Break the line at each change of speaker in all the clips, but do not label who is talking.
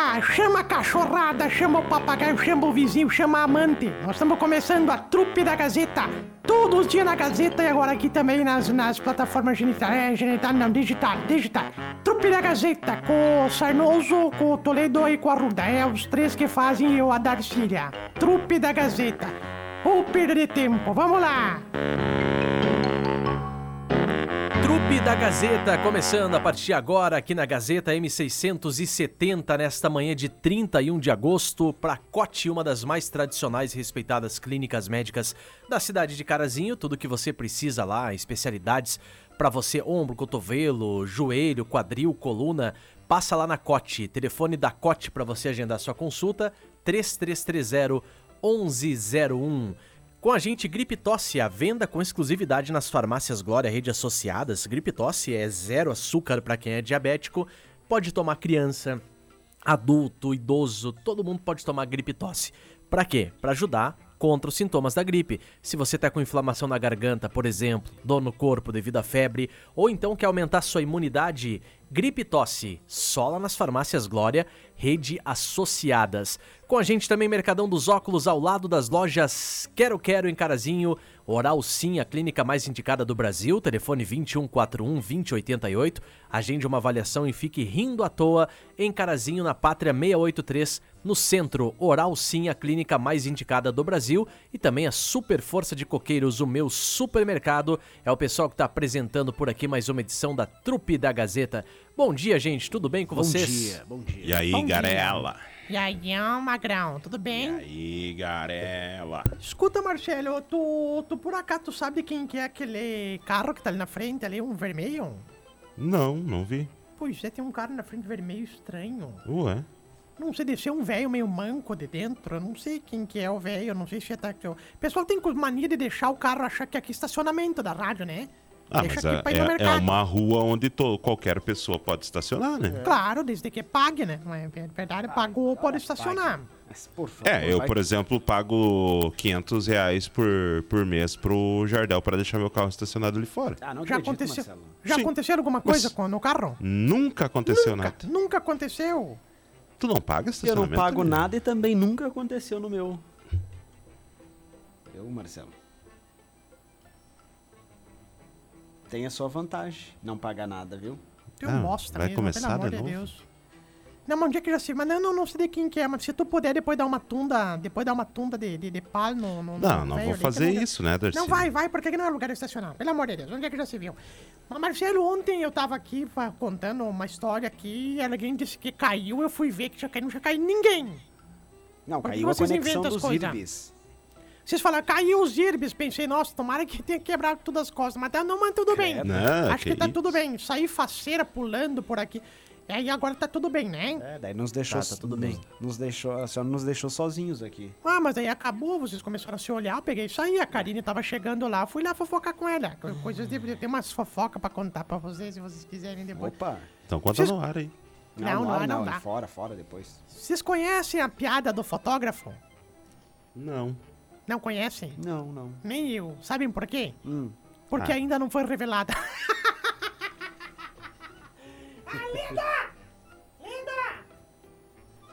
Ah, chama a cachorrada, chama o papagaio, chama o vizinho, chama a amante. Nós estamos começando a trupe da Gazeta. Todos os dias na Gazeta e agora aqui também nas, nas plataformas genital. É, genital não, digital, digital. Trupe da Gazeta, com o Sarnoso, com o Toledo e com a Ruda. É os três que fazem eu a Darcília. Trupe da Gazeta. Ou perder tempo, vamos lá!
Trupe da Gazeta, começando a partir de agora aqui na Gazeta M670, nesta manhã de 31 de agosto, para Cote, uma das mais tradicionais e respeitadas clínicas médicas da cidade de Carazinho. Tudo que você precisa lá, especialidades para você: ombro, cotovelo, joelho, quadril, coluna. Passa lá na Cote, telefone da Cote para você agendar sua consulta: 3330 1101. Com a gente, gripe tosse, a venda com exclusividade nas farmácias Glória Rede Associadas. Gripe tosse é zero açúcar para quem é diabético. Pode tomar criança, adulto, idoso, todo mundo pode tomar gripe tosse. Para quê? Para ajudar contra os sintomas da gripe. Se você está com inflamação na garganta, por exemplo, dor no corpo devido à febre, ou então quer aumentar sua imunidade, gripe tosse, só lá nas farmácias Glória, rede associadas. Com a gente também Mercadão dos Óculos ao lado das lojas Quero Quero em Carazinho, Oral Sim, a clínica mais indicada do Brasil, telefone 2141 2088. Agende uma avaliação e fique rindo à toa em Carazinho na Pátria 683, no centro. Oral Sim, a clínica mais indicada do Brasil e também a Super Força de Coqueiros, o meu supermercado. É o pessoal que está apresentando por aqui mais uma edição da Trupe da Gazeta. Bom dia, gente, tudo bem com vocês?
bom dia.
E aí,
Bom dia.
Garela?
E aí, ó, Magrão, tudo
E
bem?
aí, Garela?
Escuta, Marcelo, tu, tu por acaso tu sabe quem que é aquele carro que tá ali na frente, ali, um vermelho?
Não, não vi.
Pois é, tem um cara na frente vermelho estranho.
Ué?
Não sei, deve ser um velho meio manco de dentro. Eu não sei quem que é o velho, eu não sei se é tá... O pessoal tem mania de deixar o carro achar que aqui é estacionamento da rádio, né?
Ah,
Deixa
mas
aqui
é,
pra ir no
é- é
mercado.
uma rua onde to- qualquer pessoa pode estacionar, né?
Claro, desde que pague, né? Não é
Ah,
verdade, pagou,
então
pode estacionar.
Mas, por favor,
É, eu,
vai-
por exemplo, pago 500 reais por, por mês pro Jardel pra deixar meu carro estacionado ali fora.
Ah, não
Já
acredito,
aconteceu,
Marcelo.
já
Sim.
aconteceu alguma coisa
Mas-
com no carro?
Nunca aconteceu nada.
Nunca aconteceu.
Tu não paga
Eu não
estacionamento?
pago
né?
nada e também nunca aconteceu no meu. Eu, Marcelo. Tem a sua vantagem, não pagar nada, viu?
Teu
Ah,
Então mostra
vai
mesmo,
começar
pelo amor
de
de
novo?
Deus. Não, mas onde é que já sei? Mas não, não, não sei de quem que é, mas se tu puder depois dar uma tunda, depois dar uma tunda de, de, de palo no, no- no
Não, não
velho
vou
ali,
fazer
pelo amor de-
isso, né, Darcy?
Não vai, vai, porque aqui não é lugar de estacionar, pelo amor de Deus, onde é que já se viu? Mas Marcelo, ontem eu tava aqui fa- contando uma história aqui, e alguém disse que caiu, eu fui ver que tinha caído, não tinha caído ninguém.
Não,
Por que
caiu a
vocês
conexão
inventam as
dos
coisas?
irbis.
Vocês falaram, caiu os irbes. Pensei, nossa, tomara que tenha quebrado todas as costas. Mas tá- não, mas tudo bem.
Credo. Não,
Acho que,
Né, que
tá
isso.
tudo bem. Saí faceira pulando por aqui. E aí agora tá tudo bem, né?
É, daí nos deixou.
Tá, tá tudo bem.
Nos, nos deixou, a senhora nos deixou sozinhos aqui.
Ah, mas aí acabou, vocês começaram a se olhar, eu peguei e saí. A Karine tava chegando lá, fui lá fofocar com ela. Co- Coisas de. Tem umas fofocas pra contar pra vocês, se vocês quiserem depois.
Opa!
Então conta
Vocês-
no ar aí.
Não, não,
não,
não
é
dá.
fora, fora depois.
Vocês conhecem a piada do fotógrafo?
Não.
Não conhecem?
Não, não.
Nem eu. Sabem por quê?
Hum.
Porque ainda não foi revelada. Ah,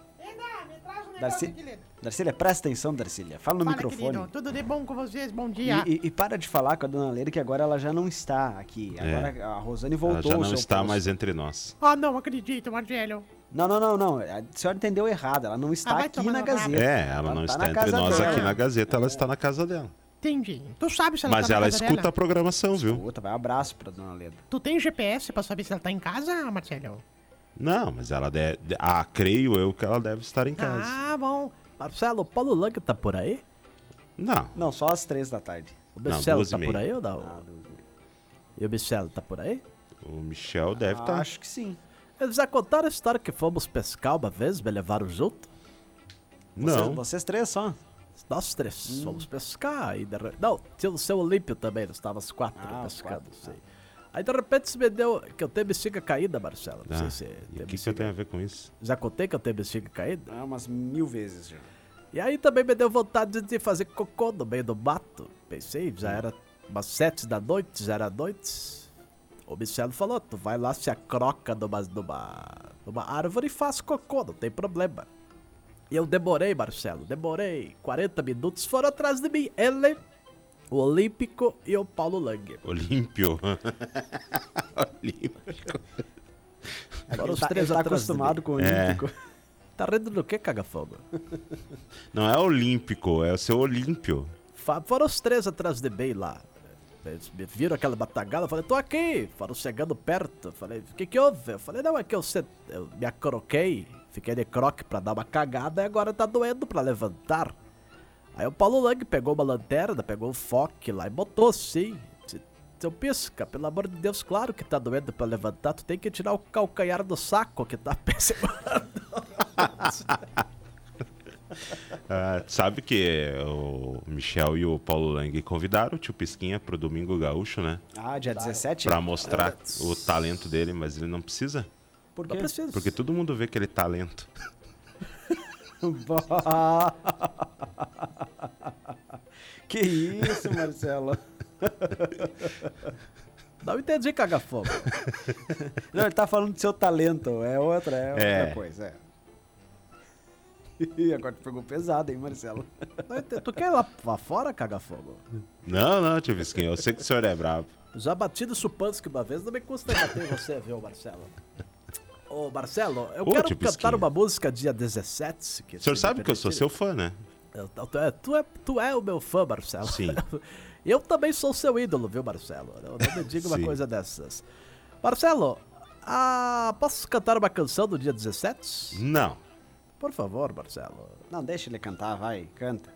um
Darcy... Darcília, presta atenção, Darcília. Fala no
Fala,
microfone.
querido. Tudo de bom com vocês? Bom
E,
dia.
e- e para de falar com a dona Leira que agora ela já não está aqui. Agora a Rosane voltou.
É. Ela já
ao
não
seu
está
posto.
mais entre nós.
Ah, não acredito, Marcelo.
Não, não, não, não. A senhora entendeu errado. Ela não está
Ah, vai
aqui
tomar
na
no rabo.
Gazeta.
É, ela não
tá
está
na
entre
casa
nós
dela.
aqui na Gazeta, ela está na casa dela.
Entendi. Tu sabe se ela
Mas
tá na
ela
casa dela?
escuta a programação, viu?
Puta, vai um abraço pra dona Leda.
Tu tem GPS pra saber se ela tá em casa, Marcelo?
Não, mas ela deve. Ah, creio eu que ela deve estar em casa.
Ah, bom.
Marcelo, Paulo Lanca tá por aí?
Não.
Não, só às três da tarde.
O
Não,
Marcelo
duas e
tá por
meia.
aí ou não? E o Marcelo tá por aí?
O Michel deve tá. estar.
Ah, Acho que sim.
Eles já contaram a história que fomos pescar uma vez, me levaram junto.
Não.
Vocês, vocês três só.
Nós três fomos pescar e de re... Não, tinha o seu Olímpio também, nós estávamos quatro
Ah, os
pescando,
quatro,
sim. Aí de repente se me deu que eu tenho bexiga caída, Marcelo. Não
Ah,
sei se
e
tem
o que, que eu
bexiga-
tenho a ver com isso?
Já contei que eu tenho bexiga caída?
Ah, umas mil vezes já.
E aí também me deu vontade de fazer cocô no meio do mato. Pensei, já era umas sete da noite, já era noite. O Michelo falou, tu vai lá se acroca numa, numa, numa árvore e faz cocô, não tem problema. E eu demorei, Marcelo, demorei. 40 minutos foram atrás de mim. Ele, o Olímpico e o Paulo Lang.
Olímpio. Olímpico.
Foram os
Ele tá,
três
ele tá
atrás de mim.
acostumado com o
É.
Olímpico.
Tá rindo do que, cagafogo?
Não é olímpico, é o seu Olímpio.
Fa- Foram os três atrás de mim lá. Eles me viram aquela batagada, eu falei, tô aqui. Foram chegando perto. eu Falei, o que que houve? Eu falei, não, é que eu, se- eu me acroquei, fiquei de croque pra dar uma cagada e agora tá doendo pra levantar. Aí o Paulo Lang pegou uma lanterna, pegou um foque lá e botou sim. Se- Seu pisca, pelo amor de Deus, claro que tá doendo pra levantar, tu tem que tirar o calcanhar do saco que tá pesado.
Ah, sabe que o Michel e o Paulo Lang convidaram o tio Pisquinha pro Domingo Gaúcho, né?
Ah, dia 17?
Pra mostrar o talento dele, mas ele não precisa.
Por
Não
quê?
precisa.
Porque todo mundo vê aquele talento.
que isso, Marcelo?
Não entendi, cagafogo.
Não, ele tá falando do seu talento. É outra, é outra
É.
coisa. É. Ih, agora tu pegou pesado, hein, Marcelo?
Não ente- Tu quer ir lá, lá fora, cagafogo?
Não, não, tio Pisquinha, eu sei que o senhor é bravo.
Já bati no Supansky uma vez, não me custa bater em você, viu, Marcelo? Ô, Marcelo, eu
Ô,
quero
tio
cantar
Pisquinha.
uma música dia 17. Que
O senhor sabe que eu sou seu fã, né?
Tu é, tu, é, tu é o meu fã, Marcelo.
Sim.
Eu também sou seu ídolo, viu, Marcelo? Não, não me diga uma
Sim.
coisa dessas. Marcelo, ah, posso cantar uma canção do dia 17?
Não.
Por favor, Marcelo.
Não, deixa ele cantar, vai, canta.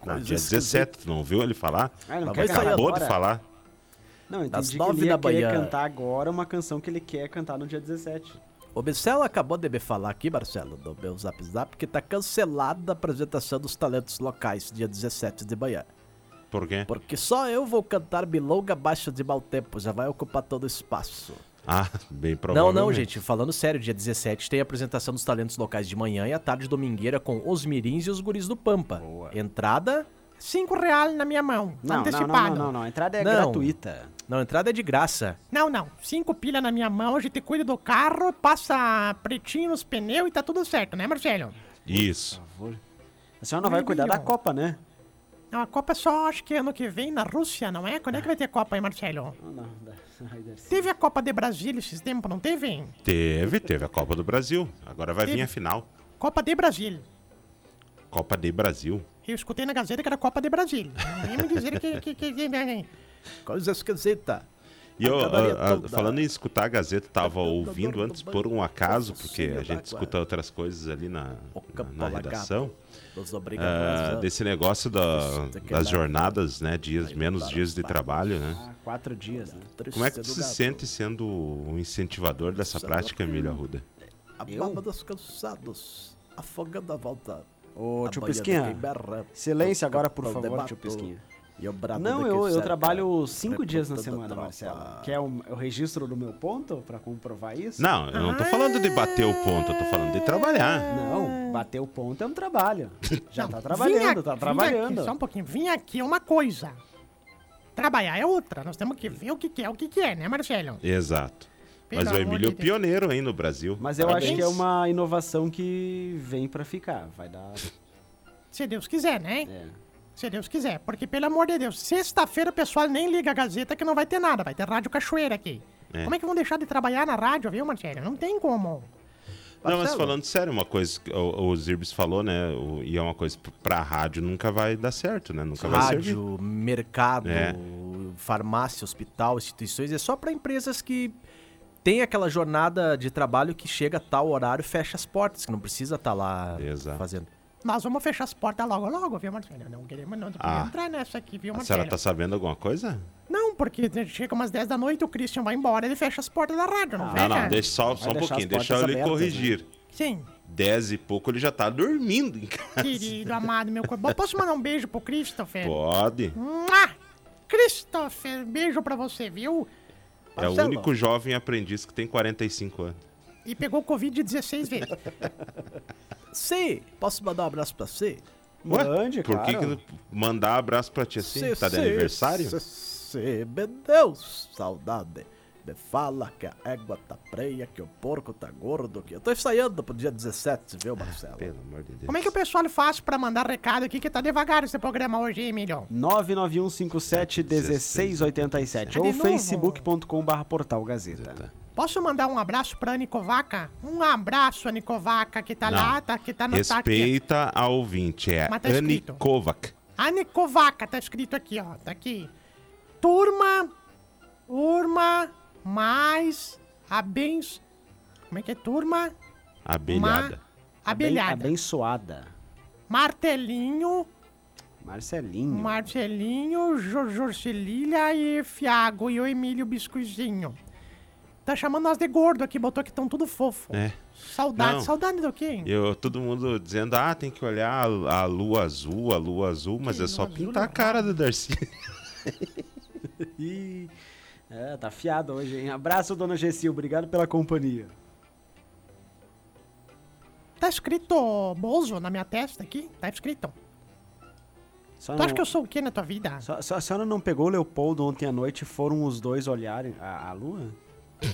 Não,
Coisa
dia 17, tu não ouviu ele falar?
Ah, ele não
Mas vai
quer
sair
cantar
Acabou
agora?
de falar.
Não, eu entendi
Das
que
nove
ele ia
da
querer
manhã.
cantar agora uma canção que ele quer cantar no dia 17.
O Marcelo acabou de me falar aqui, Marcelo, no meu zap zap, que tá cancelada a apresentação dos talentos locais dia 17 de manhã.
Por quê?
Porque só eu vou cantar Milonga Abaixo de Mau Tempo, já vai ocupar todo o espaço.
Ah, bem
Não,
provável.
não, gente, falando sério, dia 17 tem a apresentação dos talentos locais de manhã e à tarde domingueira com os mirins e os guris do Pampa. Entrada?
Cinco real na minha mão,
Não, não,
antecipado.
não, não, não, não. A entrada é
Tá Não.
gratuita.
Não, entrada é de graça.
Não, não. Cinco pilha na minha mão, a gente cuida do carro, passa pretinho nos pneus e tá tudo certo, né, Marcelo?
Isso.
A senhora não vai cuidar da Copa, né?
Não, a Copa é só, acho que ano que vem, na Rússia, não é? Quando é que vai ter Copa aí, Marcelo?
Não, não. dá- ai, deve ser.
Teve a Copa de Brasília esses tempos, não teve? hein?
Teve, teve a Copa do Brasil. Agora vai vir a final.
Copa de Brasília.
Copa de Brasil.
Eu escutei na Gazeta que era Copa de Brasília. Não vem me dizer que... que, que, que- que-
Coisa esquisita.
E eu,
Acabaria
a- a-
toda.
falando em escutar a Gazeta, tava ouvindo
do
antes
banho,
por um acaso,
nossa
porque
senhora,
a gente
água.
escuta outras coisas ali na,
O
na,
campo
na
alagado. né?
redação.
Nos
ah,
obrigados.
desse negócio
tá
da-
Isso, daquele
das
lá.
jornadas, né? Dias, menos
para
dias
os
de trabalho, né?
Ah, quatro dias, né?
Como é que tu se sente sendo um incentivador
é
dessa prática, Emílio Arruda?
A
Eu?
baba dos cansados, afogando a volta.
Ô,
A
tio
banha de
Pisquinha,
quem berra,
silêncio
o
agora, por
capitão
favor,
debatou,
tio Pisquinha.
e o brado
Não,
do que
eu,
o
eu
cerca,
trabalho cinco dias na
repontando a
semana,
tropa.
Marcelo. Quer o, o registro do meu ponto pra comprovar isso?
Não, eu não
Ah,
tô falando de bater o ponto, eu tô falando de trabalhar.
Não, bater o ponto é um trabalho. Já
Não,
tá
vim
trabalhando,
aqui-
tá
vim
trabalhando.
aqui, só um pouquinho. Vim aqui é uma coisa. Trabalhar é outra. Nós temos que ver o que, que é, o que, que é, né, Marcelo?
Exato.
Pelo
Mas o
amor
Emílio é
de Deus.
pioneiro aí no Brasil.
Mas eu acho que é
Parabéns.
uma inovação que vem pra ficar. Vai dar.
Se Deus quiser, né?
É.
Se Deus quiser, porque pelo amor de Deus, sexta-feira o pessoal nem liga a Gazeta que não vai ter nada, vai ter Rádio Cachoeira aqui.
É.
Como é que vão deixar de trabalhar na rádio, viu, Marcelo? Não tem como.
Não, mas
Marcelo.
falando sério, uma coisa que o, o Zirbis falou, né? o- e é uma coisa p- pra rádio nunca vai dar certo, né? Nunca vai servir.
Rádio, mercado,
É.
farmácia, hospital, instituições, é só para empresas que têm aquela jornada de trabalho que chega a tal horário, fecha as portas, que não precisa estar lá
Exato.
fazendo.
Nós vamos fechar as portas logo, logo, viu, Marcelo? Não queremos não, não
Ah.
entrar nessa aqui, viu,
A senhora
Marcelo?
tá sabendo alguma coisa?
Não, porque chega umas 10 da noite, o Christian vai embora, ele fecha as portas da rádio, não
Ah,
fecha?
não, não, deixa só,
Vai
só um
deixar as
pouquinho, deixa eu
portas
lhe
abertas, né?
corrigir.
Sim,
Dez e pouco ele já tá dormindo em casa.
querido, amado, meu corpo. Posso mandar um beijo pro Christopher?
Pode.
Mua! Christopher, beijo pra você, viu?
É o
Marcelo.
único jovem aprendiz que tem 45 anos.
E pegou Covid 16 vezes.
Sim, posso mandar um abraço para você?
Ué,
Mande,
por que
claro.
que tu mandar abraço pra ti assim?
Sim,
tá de
sim,
aniversário?
sim, sim, meu Deus, saudade.
te fala que a égua tá preia, que o porco tá gordo, que eu tô ensaiando pro dia 17, viu, Marcelo?
Ah, Pelo amor de Deus.
Como é que o pessoal faz pra mandar recado aqui que tá devagar esse programa hoje, hein, Emílio?
991571687
Ah,
ou
de novo?
facebook.com.br portal Gazeta.
Posso mandar um abraço pra Anicovaca? Um abraço, Anicovaca, que tá
Não.
lá, tá, que tá no tá aqui.
Respeita a ouvinte, é
Mas tá
Anne
escrito.
Kovac.
Anicovaca, tá escrito aqui, ó. Tá aqui. Turma, turma, mais, abens... Como é que é? Turma,
Abelhada.
ma, abelhada.
Aben- Abençoada.
Martelinho,
Marcelinho.
Marcelinho, Jo- Jorcelília e Fiago e o Emílio Biscoizinho. Tá chamando nós de gordo aqui, botou que estão tudo fofo.
É.
Saudade,
Não.
saudade do quê? hein?
Eu, todo mundo dizendo, ah, tem que olhar a, a lua azul, a lua azul, mas é só pintar
né?
a cara do Darcy.
Ih, é, tá fiado hoje, hein? Abraço, dona Gessil. Obrigado pela companhia.
Tá escrito Bozo na minha testa aqui? Tá escrito.
Só
Tu
não-
acha que eu sou o quê na tua vida?
Só- só- a senhora não pegou o Leopoldo ontem à noite e foram os dois olharem a, a lua?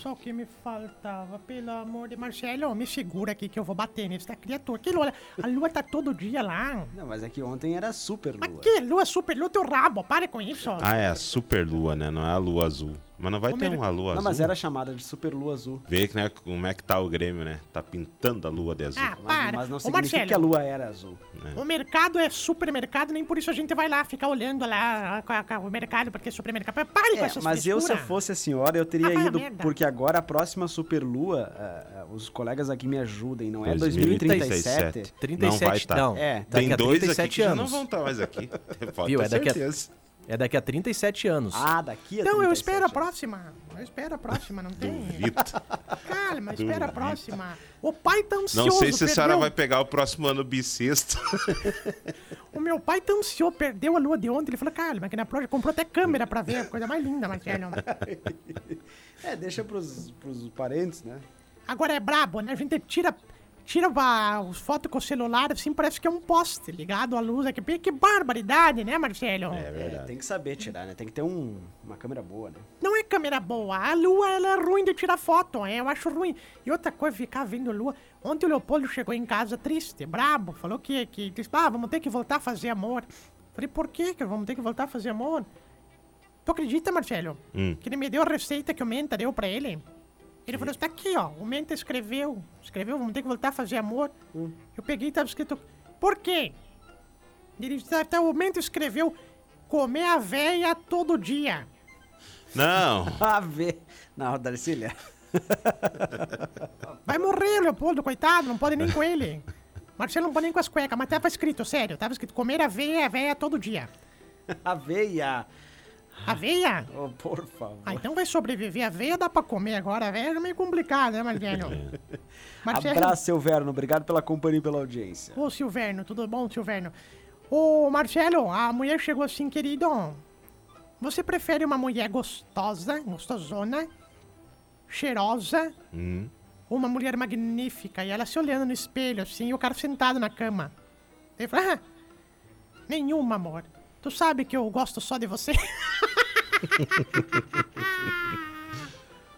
Só o que me faltava, pelo amor de Marcelo, me segura aqui que eu vou bater nesse da criatura. Que lua, a lua tá todo dia lá.
Não, mas é que ontem era super lua.
Mas que lua, super lua, teu rabo, para com isso.
Ah, é a super lua, né? Não é a lua azul. Mas não vai
Ô,
ter
Miro-
uma lua
Não,
azul.
mas era chamada de super lua azul.
Vê que, né, como é que tá o Grêmio, né? Tá pintando a lua de azul.
Ah,
Mas,
para.
mas não
Ô,
significa
Marcelo.
que a lua era azul.
O mercado é supermercado, nem por isso a gente vai lá ficar olhando lá com a- com o mercado, porque é supermercado. Pare com
É,
essas
mas eu, se eu
frescura.
fosse a senhora, eu teria
Ah, vai a
ido,
merda.
porque agora a próxima superlua, ah, ah, os colegas aqui me ajudem, não é
2037.
2037?
37,
Não vai tá.
não.
É,
daqui
Tem
a
dois aqui
37
que já
anos.
não vão estar mais aqui. Pode
Viu?
ter
É daqui, a,
certeza.
é daqui a 37 anos.
Ah, daqui a
Não, Então, eu
37.
espero a próxima. Eu espero a próxima, não tem.
Duvido.
Calma, espera a
Duvido.
próxima. O pai
um
tá ansioso.
Não sei se a senhora
perdeu-
vai pegar o próximo ano bissexto.
O meu pai tá ansioso, perdeu a lua de ontem. Ele falou, calma, que na próxima comprou até câmera pra ver. Coisa mais linda, Marcelo.
É, deixa pros, pros parentes, né?
Agora é brabo, né? A gente tira, tira a, os fotos com o celular, assim, parece que é um poste ligado à luz aqui. Que barbaridade, né, Marcelo?
É
É,
verdade.
tem que saber tirar, né? Tem que ter um, uma câmera boa, né?
Não é câmera boa. A lua ela é ruim de tirar foto, é, eu acho ruim. E outra coisa, ficar vendo lua. Ontem o Leopoldo chegou em casa triste, brabo, falou que, que disse, ah, vamos ter que voltar a fazer amor. Falei, por que que vamos ter que voltar a fazer amor? Tu acredita, Marcelo?
Hum.
Que ele me deu a receita que o Menta deu pra ele. Ele falou, está aqui, ó. O Menta escreveu. Escreveu, vamos ter que voltar a fazer amor. Eu peguei e tava escrito, por quê? Ele até o Menta escreveu, comer a véia todo dia.
Não.
A ver. Não, Darcília.
Vai morrer, Leopoldo, coitado, não pode nem com ele. Marcelo não pode nem com as cuecas, mas tava escrito, sério, tava escrito comer aveia, aveia é todo dia.
Aveia!
Aveia?
Oh, por favor.
Ah, então vai sobreviver. Aveia dá pra comer agora, aveia é meio complicado, né, Marcelo? Marcelo,
Abraço, Silverno. Obrigado pela companhia e pela audiência.
ô Silverno, tudo bom, Silverno? Ô, Marcelo, a mulher chegou assim, querido, você prefere uma mulher gostosa, gostosona, cheirosa,
Hum.
ou uma mulher magnífica, e ela se olhando no espelho, assim, e o cara sentado na cama. Ele fala, ah, nenhuma, amor. Tu sabe que eu gosto só de você.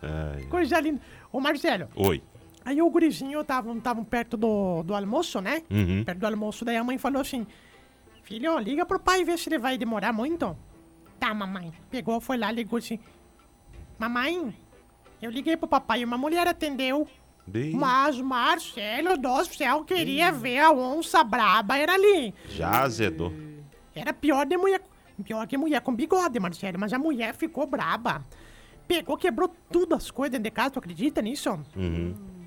Ai.
Coisa linda. Ô, Marcelo,
Oi.
aí o gurizinho estavam tavam perto do, do almoço, né?
Uhum.
Perto do almoço, daí a mãe falou assim, filho, liga pro pai e vê se ele vai demorar muito. Tá, mamãe. Pegou, foi lá, ligou assim, mamãe, eu liguei pro papai e uma mulher atendeu.
Bem,
Mas Marcelo do céu queria ver a onça braba, era ali.
já azedou.
Era pior de mulher. Pior que mulher com bigode, Marcelo, mas a mulher ficou braba. Pegou, quebrou tudo as coisas dentro de casa, tu acredita nisso?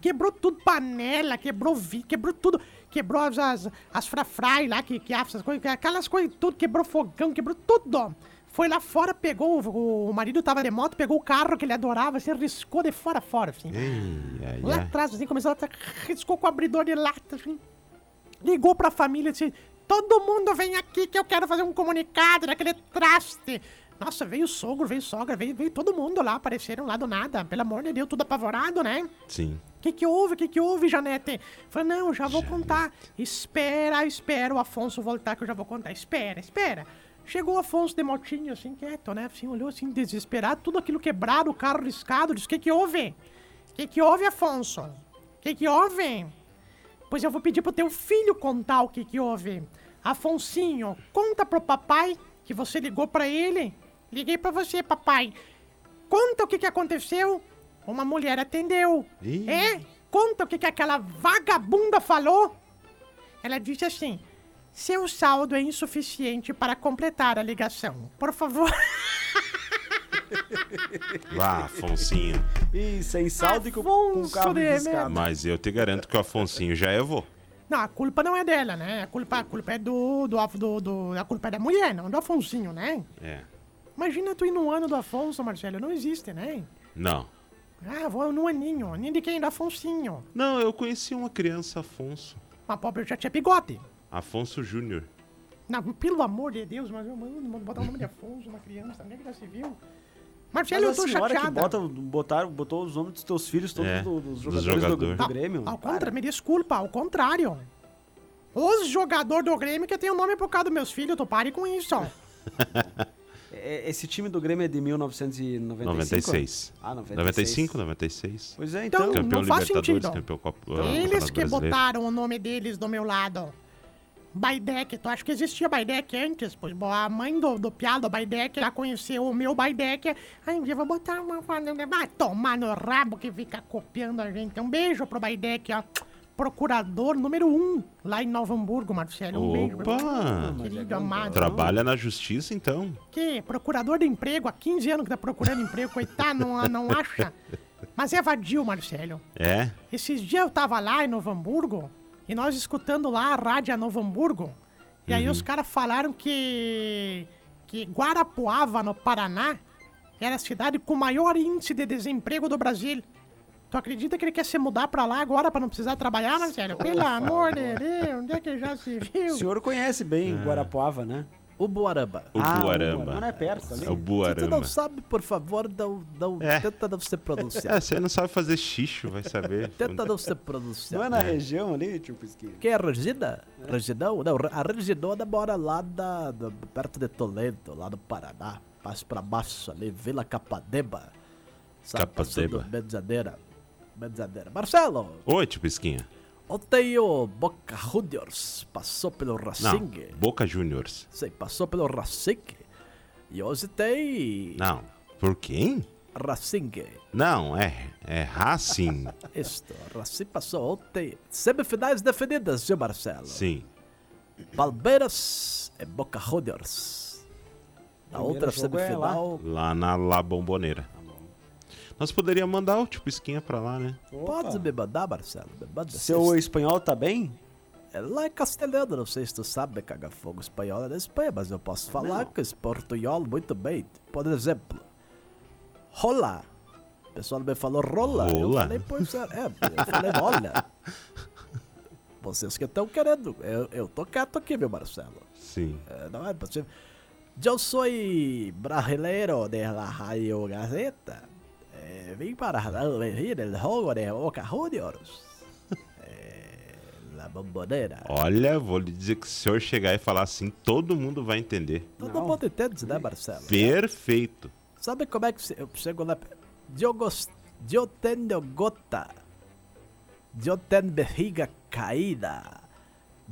Quebrou tudo, panela, quebrou vi, quebrou tudo. Quebrou as, as, as frafrai lá, que, que essas coisas, aquelas coisas tudo, quebrou fogão, quebrou tudo. Foi lá fora, pegou, o, o marido tava de moto, pegou o carro que ele adorava, se riscou de fora a fora, assim.
Ei, ai,
Lá
ai.
atrás, assim, começou a tra- riscou com o abridor de lata, assim. Ligou pra família, disse, todo mundo vem aqui que eu quero fazer um comunicado naquele traste. Nossa, veio sogro, veio sogra, veio, veio todo mundo lá, apareceram lá do nada. Pelo amor de Deus, tudo apavorado, né?
Sim.
O que que houve? O que que houve, Janete? Falei, não, já vou contar. Espera, espera o Afonso voltar que eu já vou contar. Espera, espera. Chegou o Afonso de motinho, assim, quieto, né? Assim, olhou assim, desesperado, tudo aquilo quebrado, o carro riscado. Disse, o que que houve? O que que houve, Afonso? O que que houve? Pois eu vou pedir pro teu filho contar o que que houve. Afonsinho, conta pro papai que você ligou pra ele. Liguei pra você, papai. Conta o que que aconteceu. Uma mulher atendeu.
Ih.
É? Conta o que que aquela vagabunda falou. Ela disse assim: seu saldo é insuficiente para completar a ligação. Por favor.
Vá, Afonsinho.
Ih, sem é saldo e com, com o
Afonso
carro
de
riscado.
Mas eu te garanto que o Afonsinho já é vô.
Não, a culpa não é dela, né? A culpa, a culpa é do, do, af- do, do- A culpa é da mulher, não do Afonsinho, né?
É.
Imagina tu ir no ano do Afonso, Marcelo. Não existe, né?
Não.
Ah, vou no aninho. Nem de quem? Do Afonsinho.
Não, eu conheci uma criança, Afonso.
Mas pobre já tinha bigode.
Afonso Júnior.
Não, pelo amor de Deus, mas eu mano, botar o nome de Afonso, uma criança, nem que já se viu. Marcelo, eu
Mas assim,
tô
a senhora
chateada.
que bota, botaram, botou os nomes dos teus filhos todos
É,
do- dos
dos
jogadores
jogador.
do, do
Não,
Grêmio.
Ao
Para.
contrário, me desculpa, ao contrário. Os jogador do Grêmio que tem o nome por causa dos meus filhos, tu pare com isso. ó.
É, Esse time do Grêmio é de 1995?
96.
Ah,
95, 96.
Pois é,
Então,
então.
Campeão
não faz
Libertadores,
sentido.
campeão Copa. ah,
Eles
Campeonato
que
Brasileiro.
botaram o nome deles do meu lado. Baidec, tu acha que existia Baidec antes? Pois bom, a mãe do, do piado Baidec já conheceu o meu Baidec. Aí um dia eu vou botar uma. Vai tomar no rabo que fica copiando a gente. Um beijo pro Baidec, ó. Procurador número um lá em Novo Hamburgo, Marcelo. Um beijo.
Opa!
Querido amado.
Trabalha na justiça, então.
Que procurador de emprego, há 15 anos que tá procurando emprego, coitado, não, não acha. Mas é vadio, Marcelo.
É.
Esses dias eu tava lá em Novo Hamburgo e nós escutando lá a rádio a Novo Hamburgo. E aí os caras falaram que. que Guarapuava, no Paraná, era a cidade com o maior índice de desemprego do Brasil. Tu acredita que ele quer se mudar pra lá agora pra não precisar trabalhar, Marcelo? Pelo amor de Deus, onde é que já se
O
viu?
senhor conhece bem Guarapuava, né?
O Boaramba.
É. O Buaramba.
Mas não é perto ali.
É o Buaramba.
sabe, por favor, não, não,
É.
tenta não se
um
pronunciar.
É, você não sabe fazer xixo, vai saber.
Tenta não se
Não
pronunciar.
é na região ali, tio Pisquinho?
Quem é a Regina? Reginão? Não, a Reginona mora lá da, da- perto de Toledo, lá no Paraná. Mais pra baixo ali, Vila Capadeba.
Capadeba.
passando Medianeira. Medianeira. Marcelo,
um
Oi, tipo tio Pisquinha.
ontem o Boca Juniors passou pelo
Não,
Racing.
Boca Juniors.
Sim, passou pelo Racing. E hoje tem
Não. Por quem?
Racing.
Não, é. É Racing.
Isto, Racing passou ontem. Semifinais definidas, viu, Marcelo?
Sim.
Palmeiras e Boca Juniors. Na
Primeiro
outra
jogo é
semifinal.
Lá na La Bomboneira. Nós poderíamos mandar o tio Pisquinha pra lá, né?
Pode me mandar, Marcelo. Me manda.
Seu espanhol tá bem?
É lá em castelhano, não sei se tu sabe, caga-fogo espanhol é da Espanha, mas eu posso falar com esse portunhol muito bem. Por exemplo, rola. O pessoal me falou rola. Eu
Rola?
falei, pois é, é, eu falei, olha. Vocês que estão querendo. Eu, eu tô quieto aqui, meu Marcelo.
Sim.
É, Não é possível. Eu sou brasileiro de la Radio Gazeta. Eh, vim para ver el jogo de Boca Juniors. Eh, la bombonera.
Olha, vou lhe dizer que se o senhor chegar e falar assim, todo mundo vai entender.
Todo
Não.
mundo entende, né, Marcelo?
Perfeito.
Sabe como é que se- eu chego lá? Eu, gost... eu tenho gota. Eu tenho barriga caída.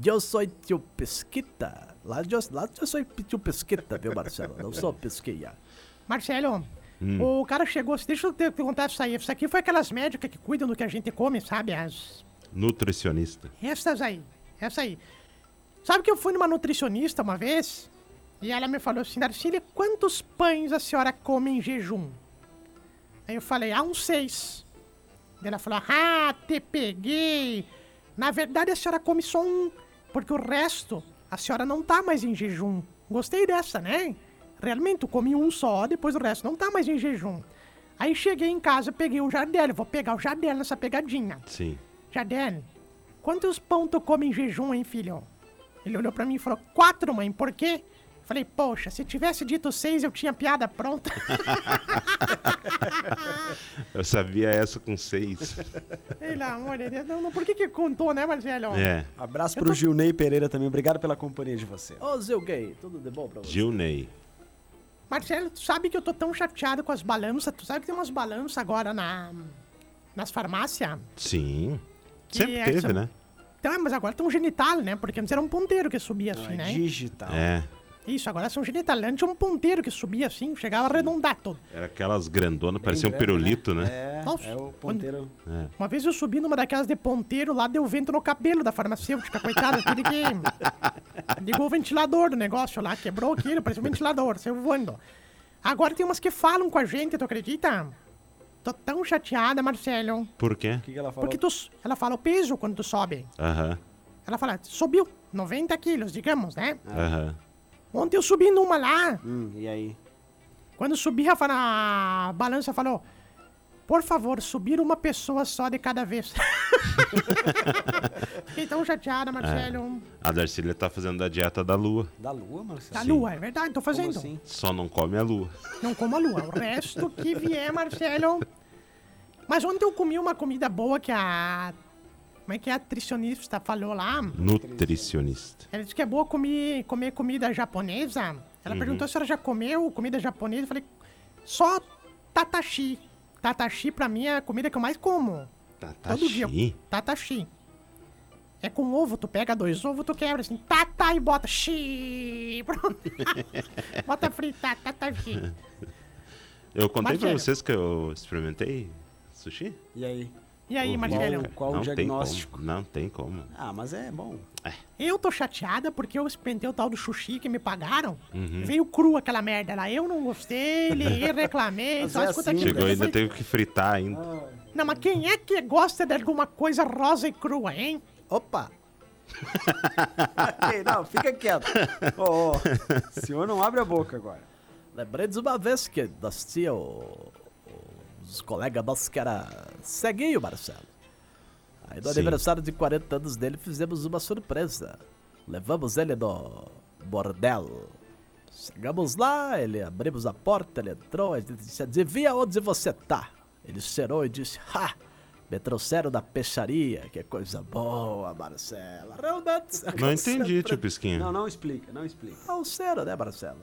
Eu sou tio Pesquita. Lá eu, lá eu sou tio Pesquita, viu, Marcelo? Não sou pesquinha.
Marcelo, o cara chegou. assim, Deixa eu te perguntar isso aí. Isso aqui foi aquelas médicas que cuidam do que a gente come, sabe? As,
Nutricionista.
essas aí. Essa aí. Sabe que eu fui numa nutricionista uma vez? E ela me falou assim: Darcília, quantos pães a senhora come em jejum? Aí eu falei: Ah, uns seis. Daí Ela falou: Ah, te peguei. Na verdade, a senhora come só um, porque o resto a senhora não tá mais em jejum. Gostei dessa, né? Realmente, eu comi um só, depois o resto não tá mais em jejum. Aí cheguei em casa, peguei o jardel. Vou pegar o jardel nessa pegadinha.
Sim.
Jardel, quantos pão tu come em jejum, hein, filho? Ele olhou pra mim e falou, quatro, mãe, por quê? Eu Falei, poxa, se tivesse dito seis, eu tinha piada pronta.
Eu sabia essa com seis.
Pelo amor de Deus. Não, não, por que que contou, né, Marcelo?
É,
Abraço pro Gilney Pereira também. Obrigado pela companhia de você.
Ô, Zeu Gay, tudo de bom pra você?
Gilney.
Marcelo, tu sabe que eu tô tão chateado com as balanças. Tu sabe que tem umas balanças agora na, nas farmácias?
Sim.
Que
Sempre
é
teve,
essa-
né?
Então, é, mas agora estão genital, né? Porque antes era um ponteiro que subia assim, né?
Digital.
É.
Isso, agora são genital. Antes era um ponteiro que subia assim, chegava a arredondar todo.
Era aquelas grandonas, parecia um
grande,
pirulito, né?
É,
Nossa,
é o
quando-
ponteiro.
Uma vez eu subi numa daquelas de ponteiro, lá deu vento no cabelo da farmacêutica, coitada, tive que... Ligou o ventilador do negócio lá, quebrou aquilo, parecia um ventilador, saiu voando. Agora tem umas que falam com a gente, tu acredita? Tô tão chateada, Marcelo.
Por quê?
O que, que ela falou?
Porque tu, ela fala o peso quando tu sobe.
Aham,
Ela fala, subiu 90 quilos, digamos, né?
aham.
Ontem eu subi numa lá,
Hum, e aí?
Quando subi, a, fa- a balança falou: Por favor, subir uma pessoa só de cada vez. Fiquei tão chateada, Marcelo.
A Darcília tá fazendo a dieta da lua.
Da lua, Marcelo?
Da lua, é verdade, tô
Como
fazendo.
assim?
Só não come a lua.
Não como a lua. O resto que vier, Marcelo. Mas ontem eu comi uma comida boa que a. Como é que é? A nutricionista falou lá.
Nutricionista.
Ela disse que é boa comer, comer comida japonesa. Ela
Uhum.
perguntou se ela já comeu comida japonesa. Eu falei, só tatashi. Tatashi pra mim é a comida que eu mais como.
Tá
Todo dia.
Tatashi.
Tatashi. É com ovo, tu pega dois ovos, tu quebra assim, tata e bota xi. Pronto. bota frita, tá, tatashi.
Eu contei pra
Marcelo.
vocês que eu experimentei sushi?
E aí?
E aí,
Ouvi.
Marcelo?
Qual- qual o
não
diagnóstico?
Tem como. Não tem como.
Ah, mas é bom.
Eu tô chateada porque eu experimentei o tal do sushi que me pagaram.
Uhum.
Veio cru aquela merda lá. Eu não gostei, li, reclamei.
Mas
só
é
escuta
assim,
aqui.
Chegou
Eu
ainda
falei,
teve que fritar ainda.
Não, mas quem é que gosta de alguma coisa rosa e crua, hein?
Opa!
Ei, não, fica quieto. Ô, ô, o senhor não abre a boca agora.
Lembrei de uma vez que nós tinha o- os colegas nossos que era ceguinho, Marcelo. Aí no
Sim.
aniversário de 40 anos dele fizemos uma surpresa. Levamos ele no bordel. Chegamos lá, ele abrimos a porta, ele entrou, a gente disse, adivinha onde você tá? Ele cheirou e disse, ha! Me trouxeram da peixaria, que coisa boa, Marcelo. Realmente.
Não entendi, tio
Não,
Pisquinha.
não explica, não explica.
É o cheiro, né, Marcelo?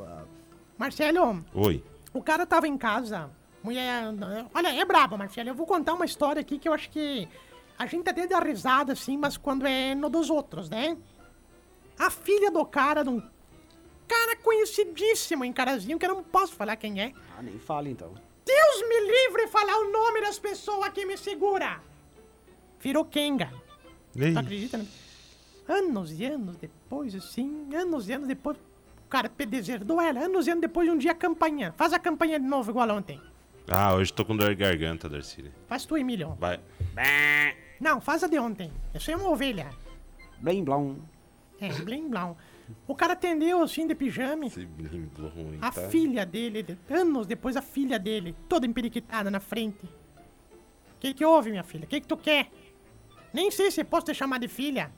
Ah,
Marcelo,
Oi.
o cara tava em casa. Mulher. Olha, é brabo, Marcelo. Eu vou contar uma história aqui que eu acho que. A gente até dá risada, assim, mas quando é no dos outros, né? A filha do cara, de um cara conhecidíssimo em Carazinho, que eu não posso falar quem é.
Ah, nem fala então.
Deus me livre falar o nome das pessoas que me segura! Virou Kenga.
Ei,
Tu acredita, né? Anos e anos depois, assim, anos e anos depois, o cara pe- deserdou ela. Anos e anos depois, um dia a campanha. Faz a campanha de novo, igual ontem.
Ah, hoje tô com dor de garganta, Darcília.
Faz tu, Emílio.
Vai.
Não, faz a de ontem. Eu sou uma ovelha.
Blém, blão.
É, blim blau. O cara atendeu, assim, de pijama.
Esse blimbo ruim,
A
tá?
Ah, filha dele, de- anos depois, a filha dele, toda emperiquitada na frente. O que que houve, minha filha? O que que tu quer? Nem sei se posso te chamar de filha.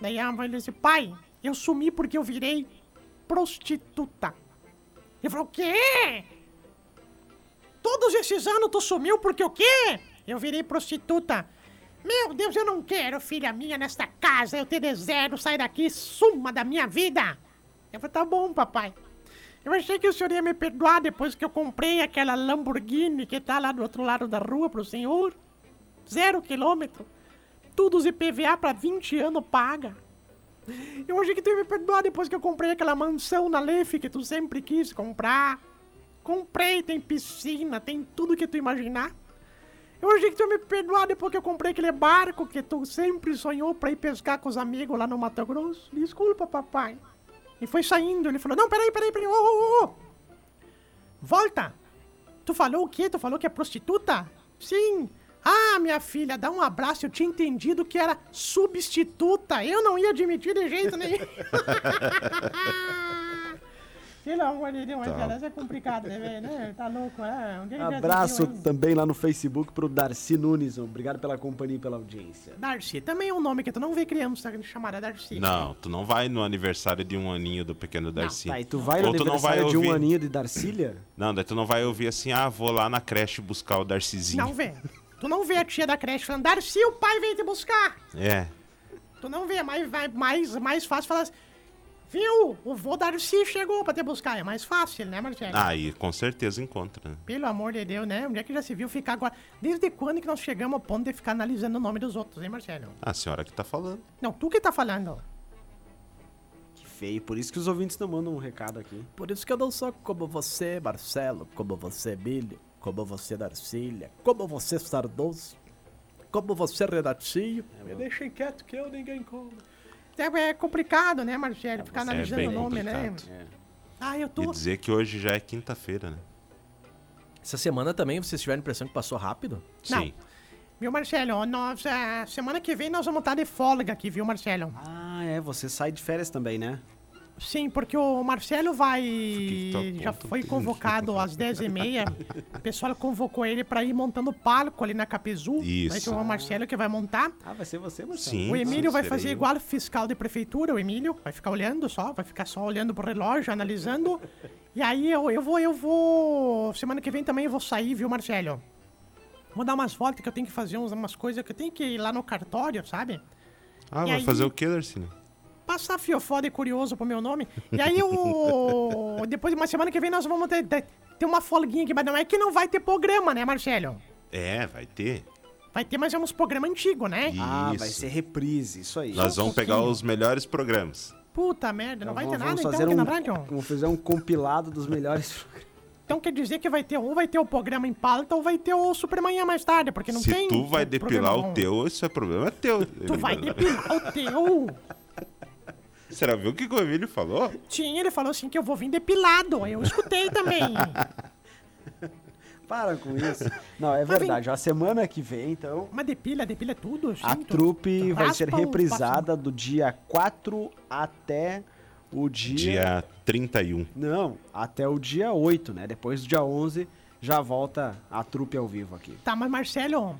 Daí a mãe disse, pai, eu sumi porque eu virei prostituta. Ele falou, o quê? Todos esses anos tu sumiu porque o quê? Eu virei prostituta. Meu Deus, eu não quero filha minha nesta casa. Eu te desejo, sai daqui, suma da minha vida. Eu falei, tá bom, papai. Eu achei que o senhor ia me perdoar depois que eu comprei aquela Lamborghini que tá lá do outro lado da rua pro senhor. Zero quilômetro. Tudo os IPVA pra 20 anos paga. Eu achei que tu ia me perdoar depois que eu comprei aquela mansão na Lefe que tu sempre quis comprar. Comprei, tem piscina, tem tudo que tu imaginar. Eu achei que tu ia me perdoar depois que eu comprei aquele barco que tu sempre sonhou pra ir pescar com os amigos lá no Mato Grosso. Desculpa, papai. E foi saindo. Ele falou: Não, peraí, peraí, peraí. Ô, ô, ô, ô. Volta! Tu falou o quê? Tu falou que é prostituta? Sim! Ah, minha filha, dá um abraço. Eu tinha entendido que era substituta. Eu não ia admitir de jeito nenhum. Pelo amor de Deus, mas elas é complicado, né, velho? Né? Tá louco, né? Onde ele já se
Abraço
viu, hein?
também lá no Facebook pro Darcy Nunes. Obrigado pela companhia e pela audiência.
Darcy também é um nome que tu não vê criança chamada Darcy.
Não, tu não vai no aniversário de um aninho do pequeno Darcy.
Tá, e tu vai no
Ou tu não vai
aniversário de um
ouvir-
aninho de Darcília?
Não, daí tu não vai ouvir assim, ah, vou lá na creche buscar o Darcizinho.
Não vê. Tu não vê a tia da creche falando, Darcy, o pai veio te buscar.
É.
Tu não vê, mas vai mais, mais fácil falar assim, viu, o vô Darcy chegou pra te buscar. É mais fácil, né, Marcelo?
Ah, e com certeza encontra. né?
Pelo amor de Deus, né? Onde é que já se viu ficar agora? Desde quando que nós chegamos ao ponto de ficar analisando o nome dos outros, hein, Marcelo?
Ah, a senhora que tá falando.
Não, tu que tá falando.
Que feio. Por isso que os ouvintes não mandam um recado aqui.
Por isso que eu não sou como você, Marcelo, como você, Emílio, como você, Darcília, como você, Sardoso, como você, Renatinho. Me deixem quieto que eu ninguém come.
É, é complicado, né, Marcelo? Ficar
É
analisando
bem
o nome,
complicado.
É.
né? Ah, eu
E
tô.
dizer que hoje já é quinta-feira, né?
Essa semana também vocês tiveram a impressão que passou rápido?
Não.
Sim.
Viu, Marcelo? ó, Nós, ah, semana que vem nós vamos estar de folga aqui, viu, Marcelo?
Ah, é. Você sai de férias também, né?
Sim, porque o Marcelo
que que tá tu
vai.
aponta?
Já foi
né?
convocado às 10h30. O pessoal convocou ele pra ir montando o palco ali na Capizu. Vai ser
Isso.
o Marcelo que vai montar.
Ah, vai ser você, Marcelo?
Sim.
O Emílio vai
serei
fazer
eu.
igual fiscal de prefeitura, o Emílio vai ficar olhando só, vai ficar só olhando pro relógio, analisando. E aí eu, eu vou, eu vou. Semana que vem também eu vou sair, viu, Marcelo? Vou dar umas voltas que eu tenho que fazer uns- umas coisas que eu tenho que ir lá no cartório, sabe?
Ah,
E
vai
aí?
fazer o que, Darcília?
Passar fiofó de curioso pro meu nome. E aí eu. Depois de uma semana que vem nós vamos ter, ter, ter uma folguinha aqui, mas não é que não vai ter programa, né, Marcelo?
É, vai ter.
Vai ter, mas é uns programas antigos, né?
Isso.
Ah, vai ser reprise. Isso aí.
Nós
Só um
vamos pegar
pouquinho.
os melhores programas.
Puta merda, não vai ter
Vamos-
nada
vamos
então
fazer
aqui
um,
na rádio?
Vamos fazer um compilado dos melhores.
Então quer dizer que vai ter ou vai ter o programa em pauta ou vai ter o Supermanhã mais tarde, porque não
Se
tem.
tu vai
pro-
depilar
programa
o
bom.
teu, isso é problema teu.
Tu vai
Emílio.
depilar o teu.
Será viu o que que o Emílio falou?
Tinha, ele falou assim que eu vou vir depilado. Eu escutei também.
Para com isso. Não, é
Mas vem-
verdade. A semana que vem, então,
Mas depila, depila tudo.
a
sim, tu-
trupe
tu
vai ser
então raspa o
reprisada do dia 4 até o dia...
Dia 31.
Não, até o dia 8, né? Depois do dia 11 já volta a trupe ao vivo aqui.
passo- Tá, mas Marcelo,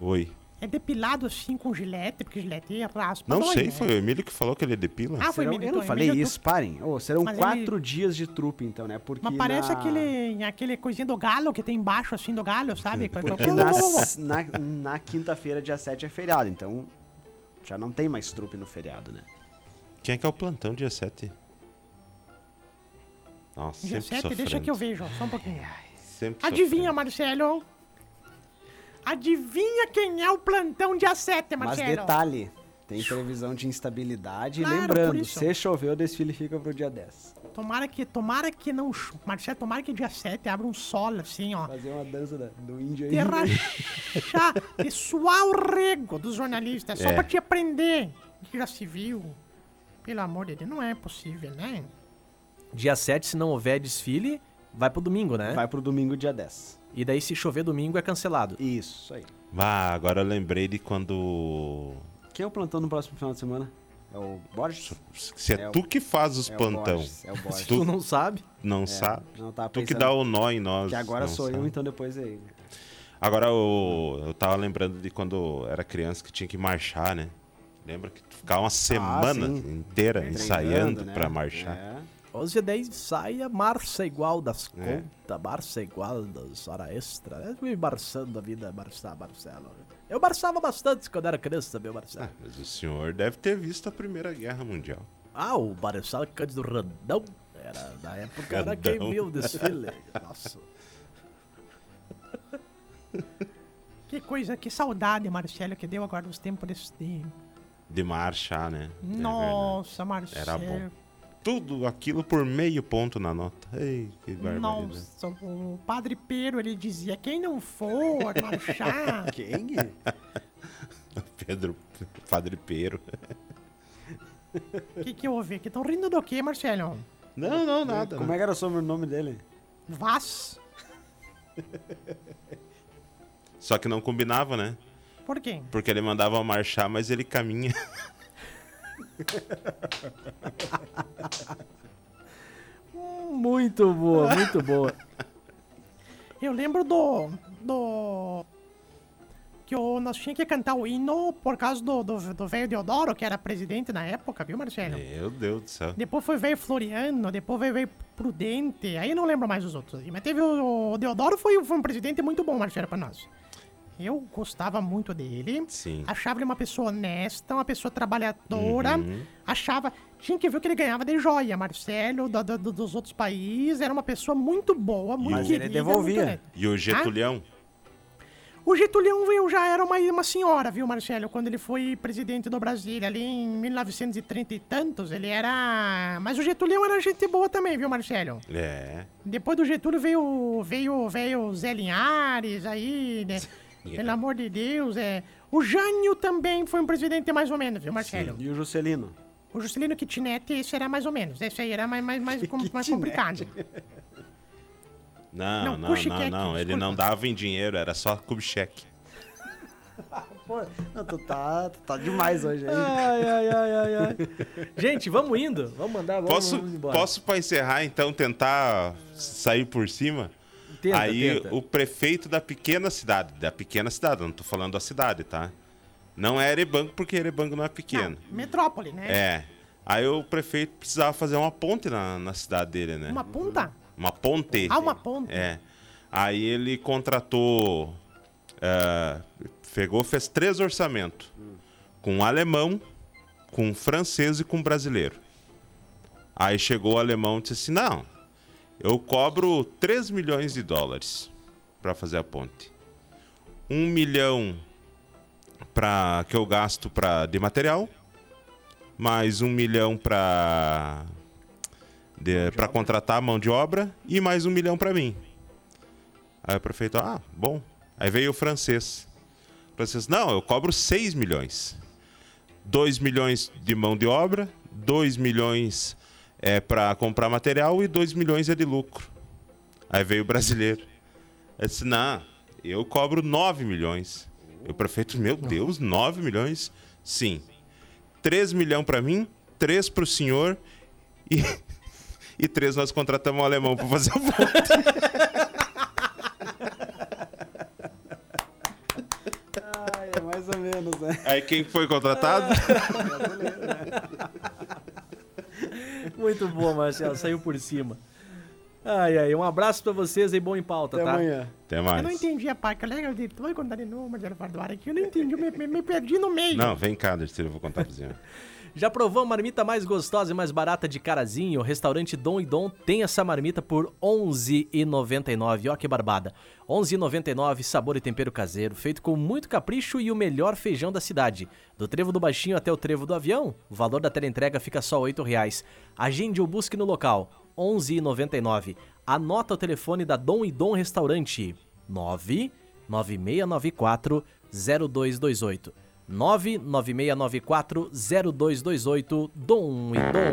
Oi.
é depilado assim com gilete, porque gilete raspa.
Não
dói,
sei,
né?
foi o Emílio que falou que ele é depila?
Ah, foi
Serão-
Emílio,
eu não
então,
falei
Emílio,
isso, parem. Ô, serão
Mas ele-
quatro dias de trupe, então, né? Porque
Mas parece
na-
aquele, aquele coisinha do galo que tem embaixo, assim, do galo, sabe?
Porque É, na, na, na quinta-feira, dia 7, é feriado, então já não tem mais trupe no feriado, né?
Quem é que é o plantão dia 7? Nossa,
Dia
sempre
7,
sofrendo.
deixa que eu vejo, só um pouquinho.
Sempre
Adivinha,
sofrendo.
Marcelo? Adivinha quem é o plantão dia 7,
Mas
Marcelo?
detalhe, tem previsão de instabilidade.
Claro,
e
por
lembrando,
isso.
se chover, o desfile fica pro dia 10.
Tomara que, tomara que não, cho- Marcelo, tomara que dia 7 abra um sol assim, ó.
Fazer uma dança da- do índio aí.
Terrachar, pessoal rego dos jornalistas, só
É.
pra te aprender. Que já se viu. Pelo amor de Deus, não é possível, né?
Dia 7, se não houver desfile, vai pro domingo, né?
Vai pro domingo, dia 10.
E daí se chover domingo é cancelado.
Isso aí.
Ah, agora eu lembrei de quando...
Quem é o plantão no próximo final de semana? É o Borges?
Se é,
É o-
tu que faz os
é o
plantão,
Borges, é o Borges.
Se tu não sabe,
não sabe.
não, tava
tu que
pensando
dá o nó em nós.
Que agora
não
sou eu,
sabe.
então depois é ele.
Agora eu, eu tava lembrando de quando era criança que tinha que marchar, né? Lembra que tu ficava uma semana
Ah, sim.
inteira É, ensaiando
Treinando, né?
pra marchar.
É.
Hoje daí saia marcha igual das
É.
contas, marcha igual das hora extra. Eu fui marçando a vida, marçar, Marcelo. Eu marçava bastante quando era criança, meu Marcelo.
Ah, mas o senhor deve ter visto a Primeira Guerra Mundial.
Ah, o Marechal Cândido Randão. Era, na época era quem
Randão.
viu o desfile. Nossa.
Que coisa, que saudade, Marcelo, que deu agora os tempos desse tempo.
De marchar, né? É verdade.
Nossa, Marcelo.
Era bom. Tudo aquilo por meio ponto na nota. Ei, que barbaridade.
Nossa, o padre Pero ele dizia: quem não for marchar,
Quem?
Pedro, Padre Pero.
o que, que houve? Que estão rindo do que, Marcelo?
Não, não, nada.
Como é que era o sobrenome dele?
Vaz?
Só que não combinava, né?
Por quê?
Porque ele mandava marchar, mas ele caminha.
Muito boa, muito boa.
Eu lembro do. do. que o, nós tínhamos que cantar o hino por causa do, do, do velho Deodoro, que era presidente na época, viu, Marcelo?
Meu Deus do céu.
Depois foi veio Floriano, depois veio, veio Prudente, aí não lembro mais os outros. Mas teve o, o Deodoro, foi, foi um presidente muito bom, Marcelo, pra nós. Eu gostava muito dele.
Sim.
Achava ele uma pessoa honesta, uma pessoa trabalhadora. Achava. Tinha que ver o que ele ganhava de joia, Marcelo, do- do- do- dos outros países. Era uma pessoa muito boa, muito
Mas ele
querida.
devolvia.
muito honesta.
E o Getulhão?
O Getulhão veio, já era uma, uma senhora, viu, Marcelo? Quando ele foi presidente do Brasil, ali em 1930 e tantos, ele era. Mas o Getulhão era gente boa também, viu, Marcelo?
É.
Depois do Getúlio veio veio veio o Zé Linhares aí, né?
é.
Pelo amor de Deus, é. O Jânio também foi um presidente mais ou menos, viu, Marcelo?
E o Juscelino?
O Juscelino Kitnet, esse era mais ou menos. Esse aí era mais, mais, mais, com- mais complicado.
Não,
Não,
não,
puxa
não,
que é aqui,
não. Ele
desculpa.
não dava em dinheiro, era só com cheque.
Pô, não, tu tá, tu tá demais hoje aí.
Ai, ai, ai, ai, ai. Gente, vamos indo. Vamos mandar, vamos,
Posso,
vamos embora.
posso para encerrar, então, tentar sair por cima?
Tenta,
Aí
tenta.
o prefeito da pequena cidade, da pequena cidade, eu não tô falando da cidade, tá? Não é Erebango, porque Erebango não é pequeno.
Metrópole, né?
É. Aí o prefeito precisava fazer uma ponte na, na cidade dele, né?
Uma ponta?
Uma ponte.
Ah, uma ponte.
É. Aí ele contratou. ah, pegou, fez três orçamentos: com um alemão, com um francês e com um brasileiro. Aí chegou o alemão e disse assim: Não, eu cobro 3 milhões de dólares para fazer a ponte. Um milhão pra, que eu gasto pra, de material, mais um milhão para para contratar a mão de obra e mais um milhão para mim. Aí o prefeito, ah, bom. Aí veio o francês. O francês, não, eu cobro 6 milhões. 2 milhões de mão de obra, 2 milhões é para comprar material e 2 milhões é de lucro. Aí veio o brasileiro. Ele disse, não, eu cobro 9 milhões. E o prefeito, meu Deus, 9 milhões? Sim. 3 milhões para mim, 3 para o senhor e, e 3 nós contratamos um alemão para fazer a ponte.
Ai, é mais ou menos, né?
Aí quem foi contratado?
Muito boa, Marcelo. Saiu por cima. Ai, ai. Um abraço pra vocês e bom em pauta,
Até
tá?
amanhã.
Até
Eu não
mais.
entendi a parte. Colega, de- tu vai contar de novo, Marcelo Fardoara, que eu não entendi. Eu me, me- me perdi no meio.
Não, vem cá, Dercy, eu vou contar pra você.
Já provou a marmita mais gostosa e mais barata de Carazinho? O restaurante Dom e Dom tem essa marmita por R$ 11,99. Ó que barbada. R$ 11,99, sabor e tempero caseiro, feito com muito capricho e o melhor feijão da cidade. Do trevo do baixinho até o trevo do avião, o valor da teleentrega fica só R$ 8,00. Agende ou busque no local, R$ 11,99. Anota o telefone da Dom e Dom Restaurante, 99694 0228. 996940228 Dom um e Dom.